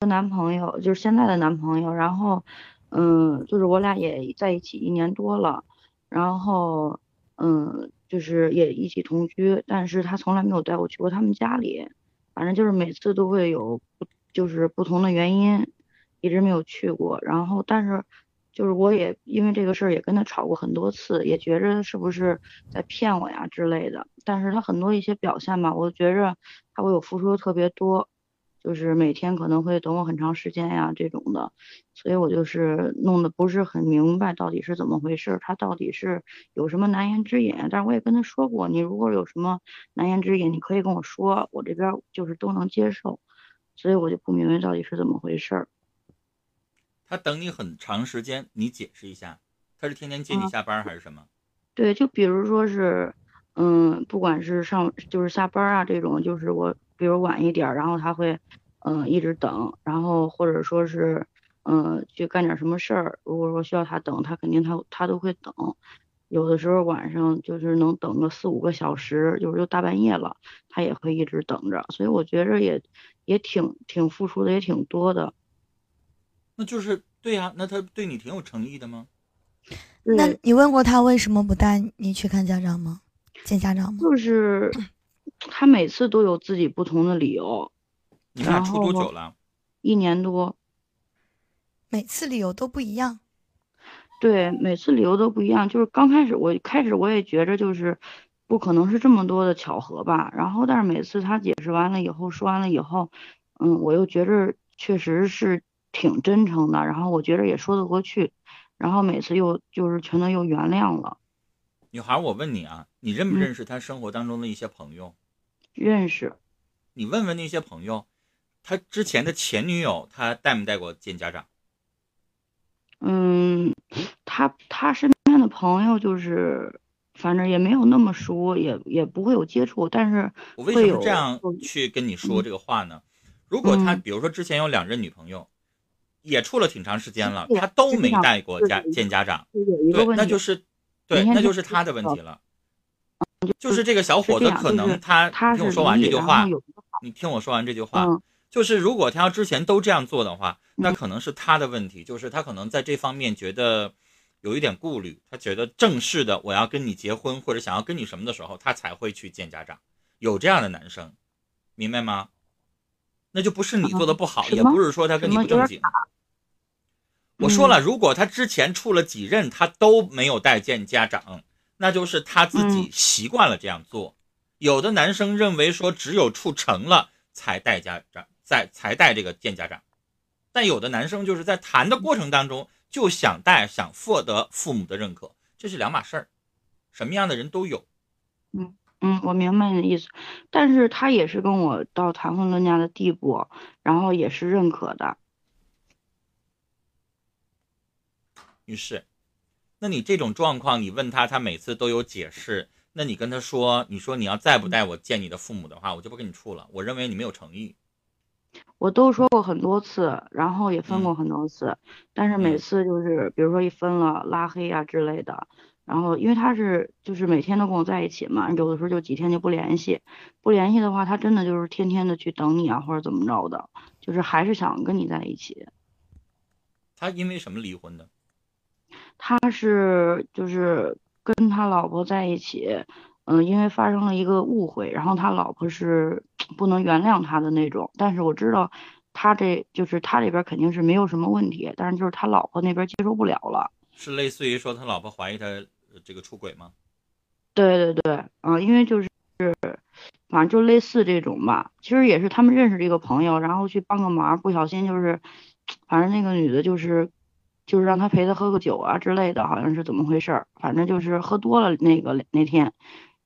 的男朋友，就是现在的男朋友，然后，嗯，就是我俩也在一起一年多了，然后，嗯，就是也一起同居，但是他从来没有带我去过他们家里，反正就是每次都会有不，就是不同的原因，一直没有去过。然后，但是就是我也因为这个事儿也跟他吵过很多次，也觉着是不是在骗我呀之类的。但是他很多一些表现嘛，我觉着他为我付出的特别多。就是每天可能会等我很长时间呀这种的，所以我就是弄得不是很明白到底是怎么回事儿，他到底是有什么难言之隐。但是我也跟他说过，你如果有什么难言之隐，你可以跟我说，我这边儿就是都能接受。所以我就不明白到底是怎么回事儿。他等你很长时间，你解释一下，他是天天接你嗯下班儿还是什么？对，就比如说是，嗯，不管是上就是下班儿啊这种，就是我比如晚一点儿，然后他会，嗯，一直等，然后或者说是，嗯，去干点儿什么事儿，如果说需要他等，他肯定他他都会等，有的时候晚上就是能等个四五个小时，有时候大半夜了，他也会一直等着，所以我觉着也也挺挺付出的，也挺多的，那就是对呀、那他对你挺有诚意的吗？对。那你问过他为什么不带你去看家长吗？见家长嗯吗？就是他每次都有自己不同的理由，你们俩然处多后久了？一年多，每次理由都不一样。对，每次理由都不一样。就是刚开始我开始我也觉着就是不可能是这么多的巧合吧，然后但是每次他解释完了以后，说完了以后，嗯，我又觉着确实是挺真诚的，然后我觉着也说得过去，然后每次又就是全都又原谅了，女孩儿，我问你啊，你认不嗯认识他生活当中的一些朋友？认识。你问问那些朋友，他之前的前女友，他带没带过见家长？嗯，他他身边的朋友就是，反正也没有那么熟，也也不会有接触，但是我为会什么有这样会去跟你说这个话呢？如果他嗯比如说之前有两任女朋友，也处了挺长时间了，对呀他都实际没上带过就是家一个见家长，有一个对，问那题，就是对，天那就就是是他的问这题了。就是这个小嗯是伙这子样，可就能是他，他你听我是说完离这异，句然后话，有一个你听我说完这句话，嗯就是如果他要之前都这样做的话，那可能是他的问题，就是他可能在这方面觉得有一点顾虑，他觉得正式的我要跟你结婚或者想要跟你什么的时候，他才会去见家长。有这样的男生，明白吗？那就不是你做的不好，嗯什也么不是说他跟你什不么有正点经。我说嗯了，如果他之前处了几任，他都没有带见家长，那就是他自己习惯了这样做。有的男生认为说，只有处成了才带家长，再才带这个见家长，但有的男生就是在谈的过程当中就想带，想获得父母的认可，这是两码事儿。什么样的人都有，嗯，我明白你的意思，但是他也是跟我到谈婚论嫁的地步，然后也是认可的，女士。那你这种状况，你问他，他每次都有解释。那你跟他说，你说你要再不带我见你的父母的话，我就不跟你处了。我认为你没有诚意。我都说过很多次，然后也分嗯过很多次，但是每嗯次就是比如说一分了拉黑呀、之类的，然后因为他是就是每天都跟我在一起嘛，有的时候就几天就不联系，不联系的话，他真的就是天天的去等你啊或者怎么着的，就是还是想跟你在一起。他因为什么离婚的？他是就是跟他老婆在一起，嗯，因为发生了一个误会，然后他老婆是不能原谅他的那种。但是我知道他这就是他这边肯定是没有什么问题，但是就是他老婆那边接受不了了。是类似于说他老婆怀疑他呃这个出轨吗？对对对，嗯，因为就是反正就类似这种吧，其实也是他们认识的一个朋友，然后去帮个忙，不小心就是反正那个女的就是。就是让他陪她喝个酒啊之类的，好像是怎么回事儿？反正就是喝多了那个那天，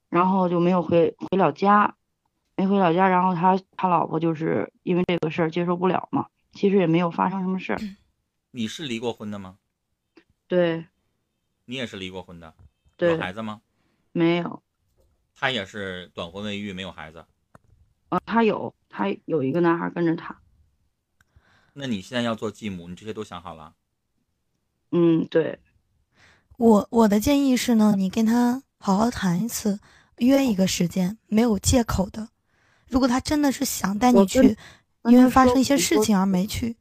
然后就没有回回了家，没回了家，然后他他老婆就是因为这个事儿接受不了嘛，其实也没有发生什么事儿。你是离过婚的吗？对你也是离过婚的，有对，孩子吗？没有，他也是短婚未育，没有孩子。呃，他有他有一个男孩跟着他，那你现在要做继母，你这些都想好了？啊嗯，对，我我的建议是呢，你跟他好好谈一次，约一个时间，没有借口的。如果他真的是想带我你跟去，跟因为他发说生一些很事多情而没去。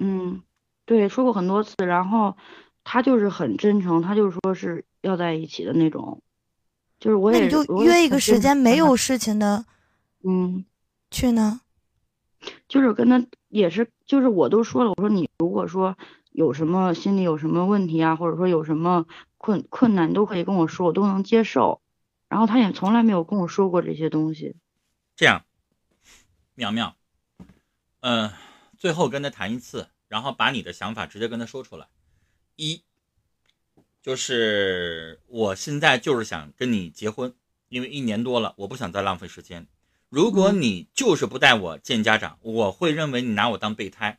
嗯，对，说过很多次，然后他就是很真诚，他就说是要在一起的那种，就是我那也你就我也约一个很时真间诚没跟他有事情的嗯，去呢？就是跟他也是，就是我都说了，我说你如果说有什么心里有什么问题啊，或者说有什么困困难，你都可以跟我说，我都能接受。然后他也从来没有跟我说过这些东西。这样，苗苗，嗯、最后跟他谈一次，然后把你的想法直接跟他说出来。一，就是我现在就是想跟你结婚，因为一年多了，我不想再浪费时间。如果你就是不带我见家长，我会认为你拿我当备胎，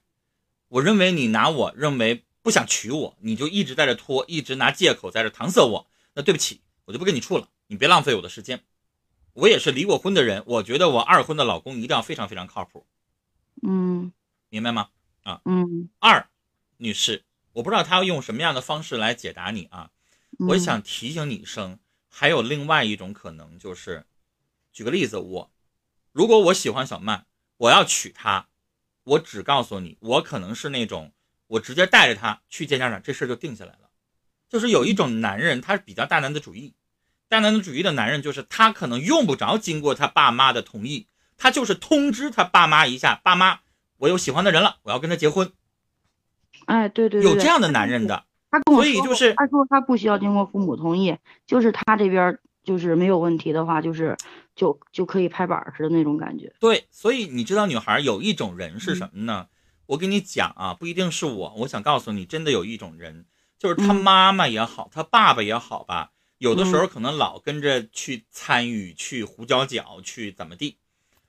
我认为你拿我认为不想娶我，你就一直在这拖，一直拿借口在这搪塞我。那对不起，我就不跟你处了，你别浪费我的时间。我也是离过婚的人，我觉得我二婚的老公一定要非常非常靠谱，嗯明白吗？嗯，二，女士，我不知道他要用什么样的方式来解答你啊，我嗯想提醒你一声，还有另外一种可能就是，举个例子，我如果我喜欢小曼，我要娶她，我只告诉你，我可能是那种我直接带着她去见家长，这事儿就定下来了。就是有一种男人，他比较大男子主义，大男子主义的男人就是他可能用不着经过他爸妈的同意，他就是通知他爸妈一下，爸妈，我有喜欢的人了，我要跟他结婚，哎，对对对，有这样的他男跟人我的，他跟我所以说就过是他说他不需要经过父母同意，就是他这边儿就是没有问题的话，就是就就可以拍板儿似的那种感觉。对，所以你知道，女孩有一种人是嗯什么呢？我跟你讲啊，不一定是我，我想告诉你，真的有一种人，就是她嗯妈妈也好，她爸爸也好吧，有的时嗯候可能老跟着去参与、去胡搅搅、去怎么地。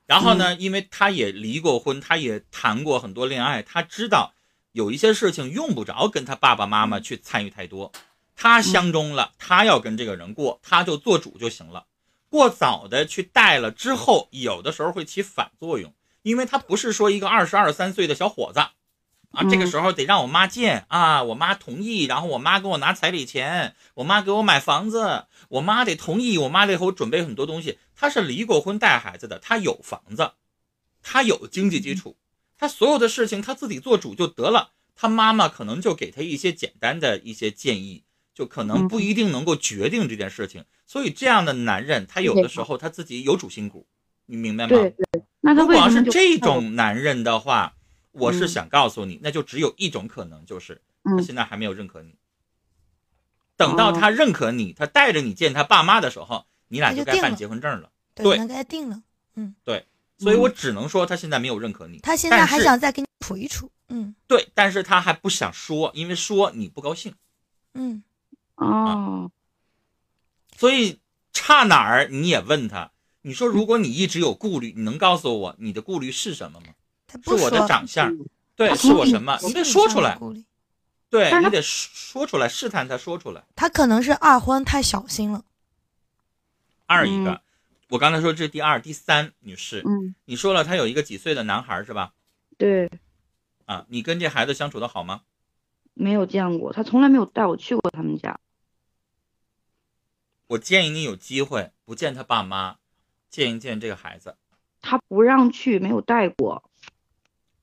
然后嗯呢，因为她也离过婚，她也谈过很多恋爱，她知道有一些事情用不着跟她爸爸妈妈嗯去参与太多。她相中了，她要跟这个人过，她就做主就行了。过早的去带了之后，有的时候会起反作用，因为他不是说一个二十二三岁的小伙子，啊，嗯这个时候得让我妈见啊，我妈同意，然后我妈给我拿彩礼钱，我妈给我买房子，我妈得同意，我妈得给我准备很多东西。他是离过婚带孩子的，他有房子，他有经济基础，他所有的事情他自己做主就得了。他妈妈可能就给他一些简单的一些建议，就可能嗯不一定能够决定这件事情。所以这样的男人，他有的时候他自己有主心骨，你明白吗？对对，那他如果为要什是么就这不爱我种男人的话，我是嗯想告诉你，那就只有一种可能，就是他嗯现在还没有认可你。等到哦他认可你，他带着你见他爸妈的时候，你俩那就就该定办了结婚证了。对对，那该定了。嗯，所以我只能说，他现在没有认可你。他现在但还是想再跟你处一处。嗯对，但是他还不想说，因为说你不高兴。嗯，哦，所以差哪儿你也问他，你说如果你一直有顾虑，你能告诉我你的顾虑是什么吗？他是不我说。的长相，嗯对，他是同我意什么？心你得理说上出的来，顾虑对但是你他得说出来，试探他说出来。他可能是二婚太小心了。二一个，嗯我刚才说这是第二、第三，女士，嗯，你说了他有一个几岁的男孩是吧？对，啊，你跟这孩子相处的好吗？没有见过，他从来没有带我去过他们家。我建议你有机会不见他爸妈，见一见这个孩子，他不让去，没有带过，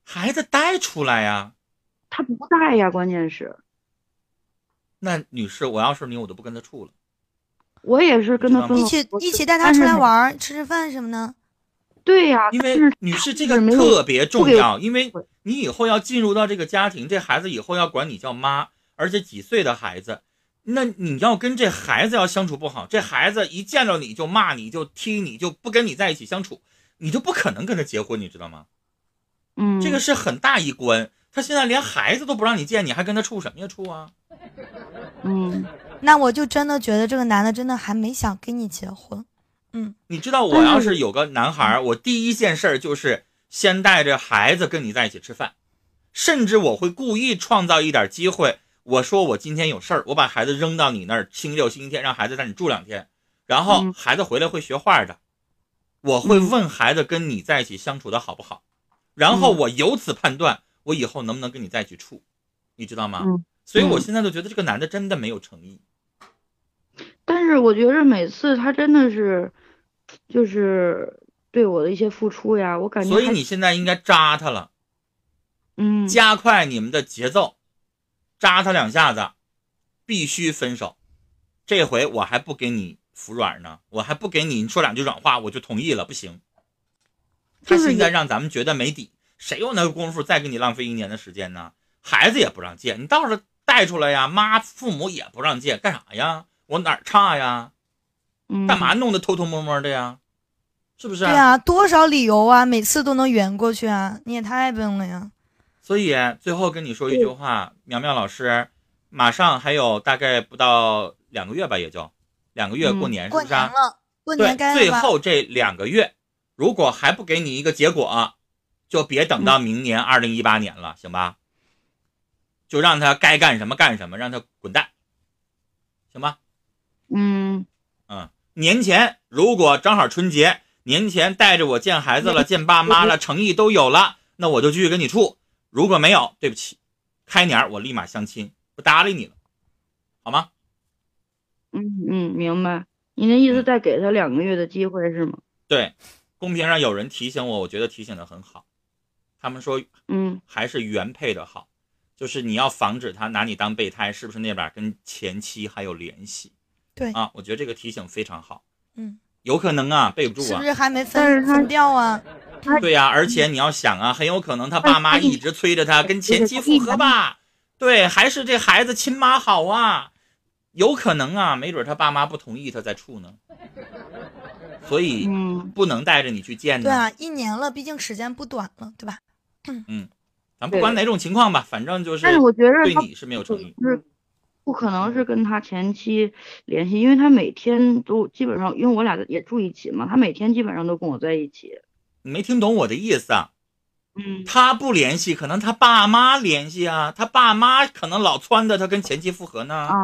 孩子带出来呀、他不带呀，关键是那女士，我要是你，我都不跟他处了。我也是跟他分嗯了一很起多次，一起带他但出是来每玩儿、吃吃饭什么的。对呀、因但为是女士这就个是没有特别重要，因为对你以后要进入到这个家庭，这孩子以后要管你叫妈，而且几岁的孩子，那你要跟这孩子要相处不好，这孩子一见到你就骂你，就踢你，就不跟你在一起相处，你就不可能跟他结婚，你知道吗？嗯，这个是很大一关。他现在连孩子都不让你见，你还跟他处什么呀处啊？嗯，那我就真的觉得这个男的真的还没想跟你结婚。嗯，你知道我要是有个男孩儿，我第一件事儿就是先带着孩子跟你在一起吃饭，甚至我会故意创造一点机会，我说我今天有事儿，我把孩子扔到你那儿，星期六、星期天让孩子在你住两天，然后嗯孩子回来会学画的，我会问孩子跟你在一起相处的好不好，然嗯后我由此判断我以后能不能跟你在一起处，你知道吗嗯？所以我现在就觉得这个男的真的没有诚意。但是我觉着每次他真的是，就是对我的一些付出呀，我感觉所以呃还你现在应该扎他了，嗯加快你们的节奏，扎他两下子，必须分手。这回我还不给你服软呢，我还不给你说两句软话，我就同意了，不行。他就是也现在让咱们觉得没底，谁有那个功夫再给你浪费一年的时间呢？孩子也不让借，你倒是带出来呀，妈父母也不让借，干啥呀？我哪儿差呀？嗯干嘛弄得偷偷摸摸的呀？是不是、对啊，多少理由啊，每次都能圆过去啊，你也太笨了呀。所以最后跟你说一嗯句话，苗苗老师，马上还有大概不到两个月吧，也就两个月嗯过年，过是不是、年啊？了，过对年，该最了吧？后这两个月，如果还不给你一个结果，就别等嗯到明年二零一八年了，行吧？就让他该干什么干什么，让他滚蛋，行吧？嗯嗯，年前如果正好春节，年前带着我见孩子了、见爸妈了，诚意都有了，那我就继续跟你处。如果没有，对不起，开年儿我立马相亲，不搭理你了，好吗？嗯嗯，明白。你的意思嗯再给他两个月的机会是吗？对，公屏上有人提醒我，我觉得提醒的很好。他们说嗯还是原配的好，就是你要防止他拿你当备胎，是不是那边儿跟前妻还有联系？对啊，我觉得这个提醒非常好，嗯，有可能啊，备不住是啊不，是还没但是分他分掉啊？对呀、而且你要想啊，很有可能他爸妈一直催着他跟前妻复合吧，对，还是这孩子亲妈好啊，有可能啊，没准他爸妈不同意他再处呢，所以嗯不能带着你去见对呢。啊，一年了，毕竟时间不短了，对吧？咱不管哪种情况吧，反正就是但是我觉得对他你嗯是没有诚意。是不可能是跟他前妻联系，因为他每天都基本上，因为我俩也住一起嘛，他每天基本上都跟我在一起。你没听懂我的意思啊？嗯他不联系，可能他爸妈联系啊，他爸妈可能老撺掇他跟前妻复合呢，啊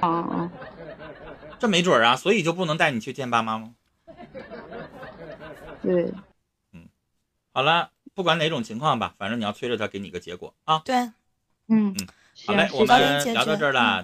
啊啊！这没准儿啊，所以就不能带你去见爸妈吗？啊对，好了，不管哪种情况吧，反正你要催着他给你一个结果啊。对，嗯嗯，好行嘞，谢我谢早点们解聊到决这儿了。